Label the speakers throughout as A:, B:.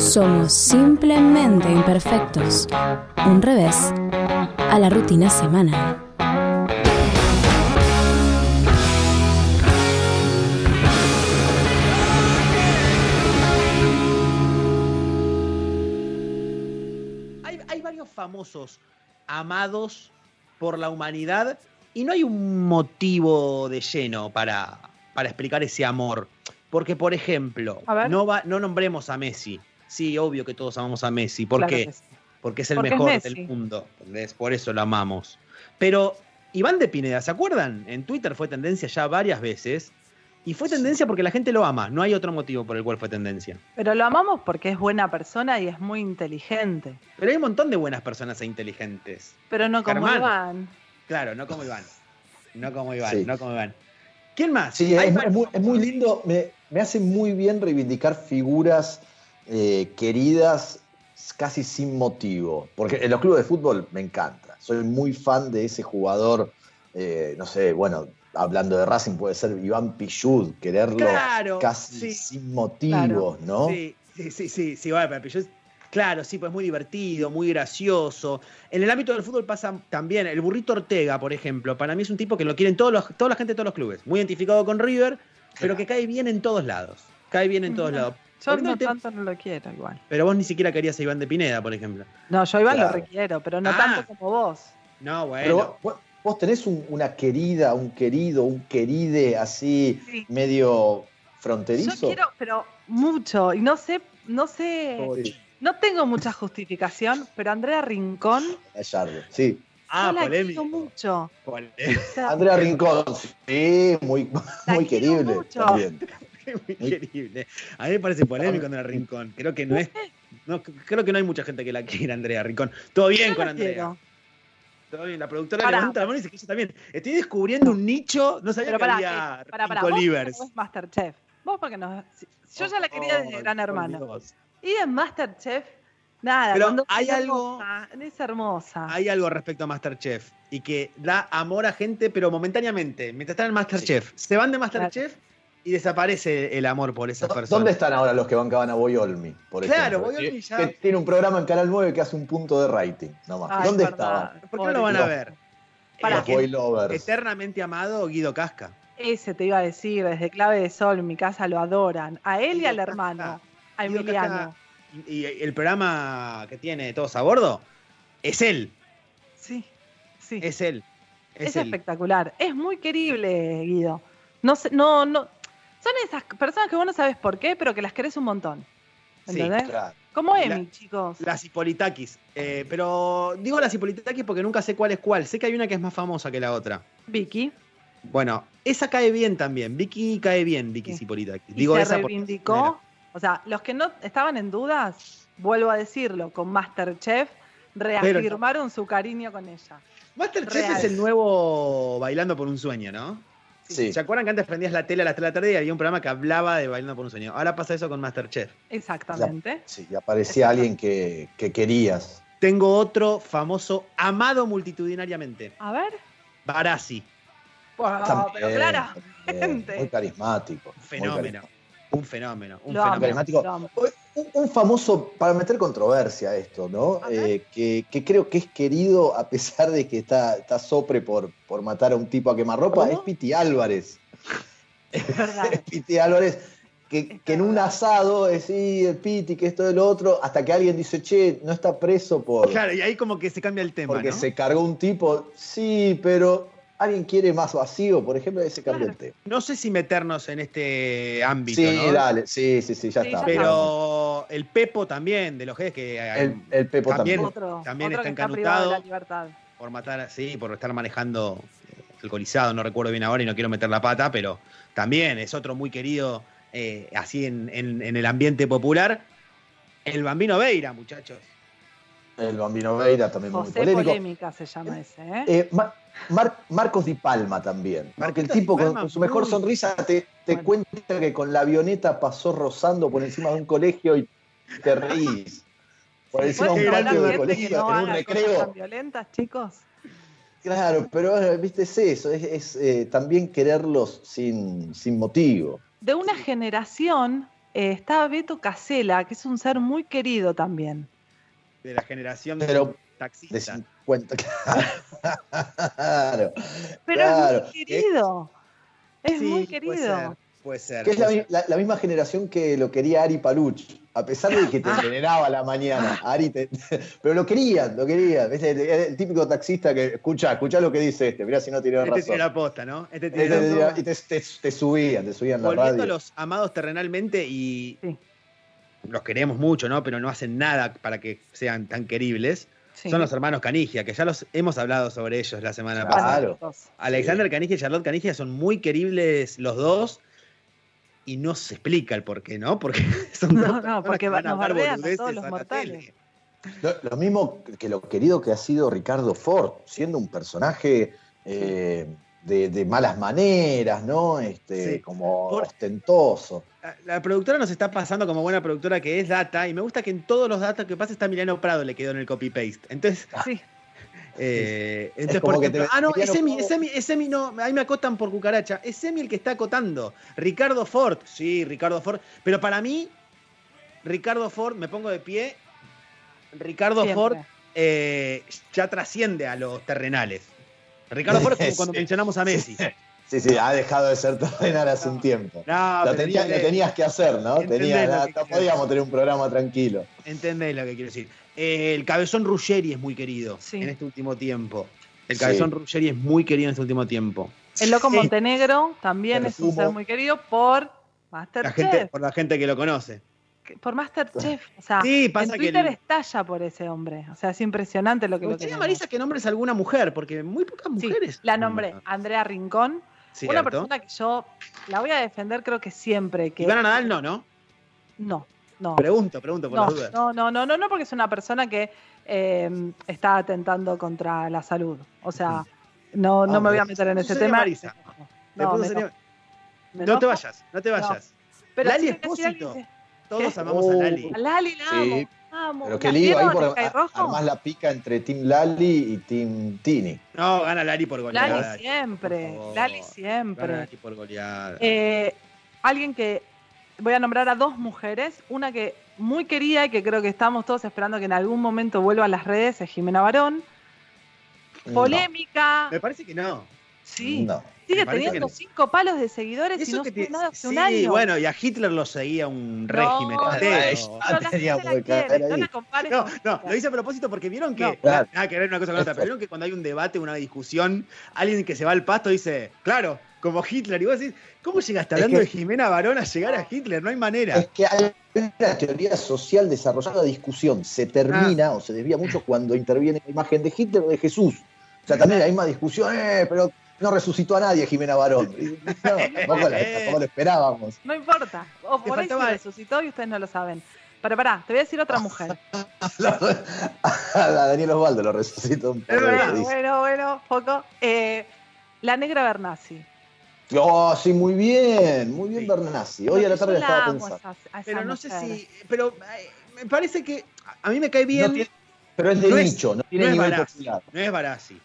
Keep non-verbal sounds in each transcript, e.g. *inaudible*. A: Somos simplemente imperfectos. Un revés a la rutina semanal.
B: Hay, hay varios famosos amados por la humanidad y no hay un motivo de lleno para, para explicar ese amor. Porque, por ejemplo,
C: A ver.
B: no, va, no nombremos a Messi. Sí, obvio que todos amamos a Messi. ¿Por
C: Claro
B: qué?
C: que sí.
B: Porque es el
C: Porque es
B: mejor
C: Messi.
B: del mundo. ¿entendés? Por eso lo amamos. Pero Iván de Pineda, ¿se acuerdan? En Twitter fue tendencia ya varias veces. Y fue tendencia porque la gente lo ama. No hay otro motivo por el cual fue tendencia.
C: Pero lo amamos porque es buena persona y es muy inteligente.
B: Pero hay un montón de buenas personas e inteligentes.
C: Pero no como
B: Germán.
C: Iván.
B: Claro, no como Iván. No como Iván,
D: Sí.
B: no como Iván. ¿Quién más?
D: Sí, es,
B: Hay
D: es
B: varios
D: muy, es muy
B: famosos.
D: lindo, me, me hace muy bien reivindicar figuras eh, queridas casi sin motivo, porque en los clubes de fútbol me encanta, soy muy fan de ese jugador, eh, no sé, bueno, hablando de Racing puede ser Iván Pichud, quererlo
B: Claro, sí.
D: casi sin motivos, ¿no?
B: Sí, sí, sí, sí, sí, bueno, pero yo- claro, sí, pues muy divertido, muy gracioso. En el ámbito del fútbol pasa también, el burrito Ortega, por ejemplo, para mí es un tipo que lo quieren todos los, toda la gente de todos los clubes, muy identificado con River, pero que cae bien en todos lados, cae bien en todos
C: No,
B: lados.
C: Yo
B: Volviendo
C: no
B: al tema-
C: tanto no lo quiero igual.
B: Pero vos ni siquiera querías a Iván de Pineda, por ejemplo.
C: No, yo a Iván lo
D: Claro.
C: requiero, pero no
B: Ah.
C: tanto como vos.
B: No, bueno.
D: Pero vos, vos- vos tenés un- una querida, un querido, un queride así
C: Sí.
D: medio
C: Yo
D: fronterizo.
C: quiero, pero mucho. Y no sé, no
B: eh,
C: sé,
D: Pobre
C: no tengo mucha justificación, pero Andrea Rincón,
D: Gallardo, sí.
B: ah,
C: yo la
B: polémico.
C: quiero mucho.
B: polémico,
C: O sea,
D: Andrea Rincón, sí, muy, *laughs*
C: La
D: muy
C: quiero
D: querible
C: mucho.
D: también.
B: *laughs* muy querible. A mí me parece polémico en el rincón. Creo que no es. no, creo que no hay mucha gente que la quiera, Andrea Rincón. Todo bien
C: yo
B: con
C: la
B: Andrea.
C: quiero.
B: Todo bien, la productora
C: Pará.
B: levanta la mano y dice que ella también. Estoy descubriendo un nicho, no sabía
C: Pero
B: que
C: pará,
B: había
C: que- pará, pará,
B: Rico
C: vos porque
B: Livers.
C: no ves Masterchef. Vos porque no. si- Yo ya la quería desde
B: Oh,
C: Gran
B: por
C: Hermano.
B: Dios.
C: Y en Masterchef, nada.
B: Pero
C: cuando
B: hay
C: es
B: algo-
C: hermosa, Es hermosa.
B: Hay algo respecto a Masterchef y que da amor a gente, pero momentáneamente, mientras están en Masterchef. Se van de Masterchef y desaparece el amor por esas personas.
D: ¿Dónde están ahora los que bancaban a Boyolmi? Por
B: Claro,
D: ejemplo?
B: Boyolmi ya-
D: Que tiene un programa en Canal 9 que hace un punto de rating, nomás.
C: Ay,
D: ¿Dónde
C: Ah, verdad,
D: estaban?
B: ¿Por qué no lo van a ver?
C: Pará.
B: Eh,
D: Los
B: quien-
D: Boylovers.
B: eternamente amado Guido Casca.
C: Ese te iba a decir, desde Clave de Sol, en mi casa lo adoran. A él y al hermano, a
B: Guido
C: Emiliano.
B: Casca. Y, y el programa que tiene Todos a Bordo es él,
C: Sí, sí. Es,
B: es él. Es, él.
C: espectacular. Es muy querible, Guido. No sé, no, no. Son esas personas que vos no sabes por qué, pero que las querés un montón.
B: Sí,
C: ¿Entendés?
D: Claro.
C: Como
B: La-
C: Emi, chicos.
B: Las Hipolitakis. Eh, pero digo las Hipolitakis porque nunca sé cuál es cuál. Sé que hay una que es más famosa que la otra.
C: Vicky.
B: Bueno, esa cae bien también. Vicky cae bien, Vicky
C: Sí.
B: Hipolitakis.
C: Y se
B: porque-
C: reivindicó. O sea, los que no estaban en dudas, vuelvo a decirlo, con Masterchef reafirmaron su cariño con ella.
B: Masterchef
C: Real.
B: es el nuevo Bailando por un Sueño, ¿no?
D: Sí.
B: ¿Se acuerdan que antes prendías la tele a las 3 de la tarde y había un programa que hablaba de Bailando por un Sueño? Ahora pasa eso con Masterchef.
C: Exactamente.
D: Sí, y aparecía alguien que, que querías.
B: Tengo otro famoso amado multitudinariamente.
C: A ver.
B: Barassi.
C: Bueno, pero
D: También,
C: claro,
D: también, Muy carismático. muy
B: Fenómeno.
D: carismático.
B: Un fenómeno. Un
C: lo amo,
B: fenómeno.
D: carismático.
C: lo amo.
D: Un, un famoso, para meter controversia a esto, ¿no?
C: A ver.
D: Eh, que, que creo que es querido a pesar de que está, está sopre por, por matar a un tipo a quemarropa,
B: ¿Cómo?
D: es Piti Álvarez.
C: Es
D: *laughs*
C: verdad.
D: Piti Álvarez, que, que en un asado es "Sí, el Piti, que esto del otro, hasta que alguien dice, che, no está preso por
B: Claro, y ahí como que se cambia el tema.
D: porque
B: ¿no?
D: se cargó un tipo. Sí, pero alguien quiere más vacío, por ejemplo, ese cambia el tema.
B: No sé si meternos en este ámbito,
D: Sí,
B: ¿no?
D: dale, sí, sí, sí, ya
C: Sí,
D: está.
C: ya
B: Pero el Pepo también, de los Gs que eh,
D: el, el Pepo
B: También.
D: también.
C: Otro,
B: también
C: otro
B: está
C: que está privado de la
B: encanutado.
C: libertad.
B: por matar así, por estar manejando eh, alcoholizado, no recuerdo bien ahora y no quiero meter la pata, pero también es otro muy querido eh, así en, en- en el ambiente popular. El Bambino Veira, muchachos.
D: El Bambino Veira también muy
C: José
D: polémico.
C: Polémica se llama ese, ¿eh?
D: Eh, Mar- Mar- Marcos Di Palma también. Porque el
B: Marquitos
D: tipo
B: Di
D: con,
B: Palma,
D: con su mejor
B: muy-
D: sonrisa te, te
C: Bueno.
D: cuenta que con la avioneta pasó rozando por encima de un colegio y te reís. Por
B: Sí,
D: encima
B: fue
D: de un
B: gran
D: patio de
B: gente
D: colegio,
C: que no
D: en un
C: haga cosas tan
D: recreo.
C: violentas, chicos.
D: Claro, pero eh, viste, es eso, es, es, eh, también quererlos sin, sin motivo.
C: De una generación eh, estaba Beto Casela, que es un ser muy querido también.
B: de la generación
D: Pero-
B: taxista.
D: De 50, *laughs* claro.
C: Pero
D: claro.
C: es muy querido. Es
B: Sí, Puede
C: muy querido.
B: ser. Puede ser,
D: Que es la,
B: puede
D: mi-
B: ser.
D: la- la misma generación que lo quería Ari Paluch, a pesar de que te
B: Ah.
D: envenenaba a la mañana. Ari te- *laughs* pero lo querían, lo querían. Es el, es el típico taxista que escucha, escucha lo que dice este, mirá si no tiene
B: Este tiene
D: razón.
B: la posta, ¿no? Este tiene
D: Este
B: la
D: te
B: posta.
D: dirá- y te, te- te subían, te subían la
B: Volviendo
D: radio.
B: a los amados terrenalmente y
C: Sí.
B: los queremos mucho, ¿no? Pero no hacen nada para que sean tan queribles.
C: Sí.
B: Son los hermanos Canigia, que ya los hemos hablado sobre ellos la semana
D: Claro.
B: pasada.
C: Fantásticos.
B: Alexander Canigia y Charlotte Canigia son muy queribles los dos y no se explica el por qué, ¿no? Porque *laughs* son
C: No,
B: dos
C: no,
B: personas
C: porque
B: que van a
C: nos
B: hablar
C: bardean a
B: boludeces
C: todos los
B: la
C: mortales.
B: tele.
D: Lo, lo mismo que lo querido que ha sido Ricardo Ford, siendo un personaje eh, de, de malas maneras, ¿no? Este,
B: Sí.
D: Como
B: Por-
D: ostentoso.
B: La- La productora nos está pasando como buena productora que es data y me gusta que en todos los datos que pasa está Milano Prado le quedó en el copy paste. Entonces,
C: Sí.
B: eh, entonces
D: como
B: por
D: que te-
B: ejemplo, ah no,
D: Emiliano
B: es Emi,
D: Prado-
B: es Emi, es Emi, no, ahí me acotan por cucaracha. Es Emi el que está acotando. Ricardo Ford, sí, Ricardo Ford, pero para mí Ricardo Ford, me pongo de pie. Ricardo
C: siempre.
B: Ford eh, ya trasciende a los terrenales. Ricardo Ford es como cuando
D: *laughs* Sí.
B: mencionamos a
D: *laughs*
B: Messi.
D: Sí, sí, ha dejado de ser *laughs* terrenal hace un tiempo.
B: No,
D: Lo,
B: Ah, pero
D: tenía- lo
B: entendés-
D: tenías que hacer, ¿no?
B: Entendés
D: Tenías-
B: lo que
D: no
B: quiero
D: podíamos tener un programa tranquilo.
B: Entendés lo que quiero decir. Eh, el cabezón Ruggeri es muy querido
C: Sí.
B: en este último tiempo. El
D: Sí.
B: cabezón Ruggeri es muy querido en este último tiempo.
C: El loco
D: Sí.
C: Montenegro también
D: Pero
C: es un
D: sumo.
C: ser muy querido por
B: La gente,
C: Masterchef.
B: por la gente que lo conoce.
C: que- Por Masterchef. O sea,
B: Sí,
C: Ah, en
B: pasa que.
C: Twitter
B: el-
C: estalla por ese hombre. O sea, es impresionante lo que
B: Me
C: lo
B: gustaría,
C: tenemos.
B: Marisa, que nombres alguna mujer, porque muy pocas
C: Sí,
B: mujeres. Ah,
C: la nombré. Andrea Rincón.
B: Sí,
C: Una persona que yo la voy a defender creo que siempre. Que
B: Ivana Nadal no, ¿no?
C: No, no.
B: Pregunto, pregunto por
C: No,
B: las dudas.
C: no, no, no, no, no, porque es una persona que eh, está atentando contra la salud. O sea, no, no
D: Ah,
C: me voy a
D: bueno.
C: meter en
B: Eso
C: ese
B: sería
C: tema.
B: Marisa.
C: No,
B: Después
C: me
B: sería-
C: enojo, me
B: no te
C: enojo.
B: vayas, no te vayas.
C: Pero
B: Lali
C: sí, sí, sí,
B: Espósito.
C: sí.
B: Todos
C: ¿Qué?
B: amamos a
D: Oh.
B: Lali.
C: A Lali la amo,
D: Sí,
C: la amo.
D: Pero
C: ¿La
D: qué lío, ahí
C: vieron,
D: por
C: el Sky
D: a-
C: Rojo?
D: armás la pica entre Team Lali y Team Tini.
B: No, gana Lali por goleada.
C: Lali siempre,
B: Por favor.
C: Lali
B: Gana
C: siempre.
B: Lali por goleada.
C: Eh, alguien que voy a nombrar a dos mujeres, una que muy querida y que creo que estamos todos esperando que en algún momento vuelva a las redes, es Jimena Barón. Polémica,
B: Me parece que Eh, no. Mm.
C: sí.
D: No.
C: Sigue
B: Me parece
C: teniendo
B: que no.
C: cinco palos de seguidores y no
B: que
C: sube
B: te-
C: nada hace
B: sí,
C: un año.
B: bueno, y a Hitler lo seguía un
C: No,
B: régimen
C: no,
B: entero.
D: Ah,
C: no, la
D: tenía
C: gente la
D: muy
C: quiere,
D: cara
C: no la
D: ahí.
C: *laughs* compares
B: No,
C: con
B: no,
C: Hitler.
B: lo hice a propósito porque vieron que.
C: No.
D: Claro.
B: Nada que ver una cosa con la otra, pero vieron que cuando hay un debate, una discusión, alguien que se va al pasto dice, claro, como Hitler. Y vos decís, ¿cómo llegaste
D: Es
B: hablando
D: que-
B: de Jimena Barón a llegar a Hitler? No hay manera.
D: Es que hay una teoría social desarrollada, discusión, se termina
C: Ah.
D: o se desvía mucho cuando interviene la imagen de Hitler o de Jesús. O sea, también la misma discusión, eh, pero no resucitó a nadie
B: *laughs*
D: Jimena Barón. Y, No, tampoco, la- tampoco lo esperábamos. *laughs*
C: No importa. O
B: Te
C: por ahí se
B: faltaba- Ah,
C: resucitó y ustedes no lo saben. Pero pará, te voy a decir
B: *laughs*
C: otra mujer.
D: A Daniel Osvaldo lo resucitó un par de
B: verdad,
D: veces.
C: bueno, bueno, poco. Eh, la negra Bernasi.
D: Oh, sí, muy bien, muy bien
B: Sí.
D: Bernassi. Hoy a la tarde la
C: Yo
D: estaba
C: amo
D: pensando.
C: a esa- a esa
B: Pero no sé
C: mujer.
B: si. Pero eh, me parece que. a- A mí me cae bien.
D: No
B: No,
D: tiene- pero es de
B: No es-
D: nicho, no tiene
B: es
D: nivel
B: Barassi.
D: popular.
B: No es Barassi.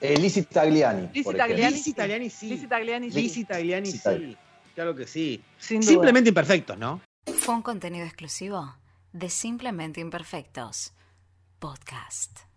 D: Eh, Lizzie Tagliani. por
C: Lizzie
D: ejemplo.
C: Tagliani.
B: Lizzie
C: sí.
B: Italiani sí.
C: Lizzy Tagliani, sí,
B: Lizzie Tagliani
D: Lizzy Tagliani.
B: sí. Claro que sí.
C: sin duda.
B: Simplemente imperfectos, ¿no?
A: Fue un contenido exclusivo de Simplemente Imperfectos Podcast.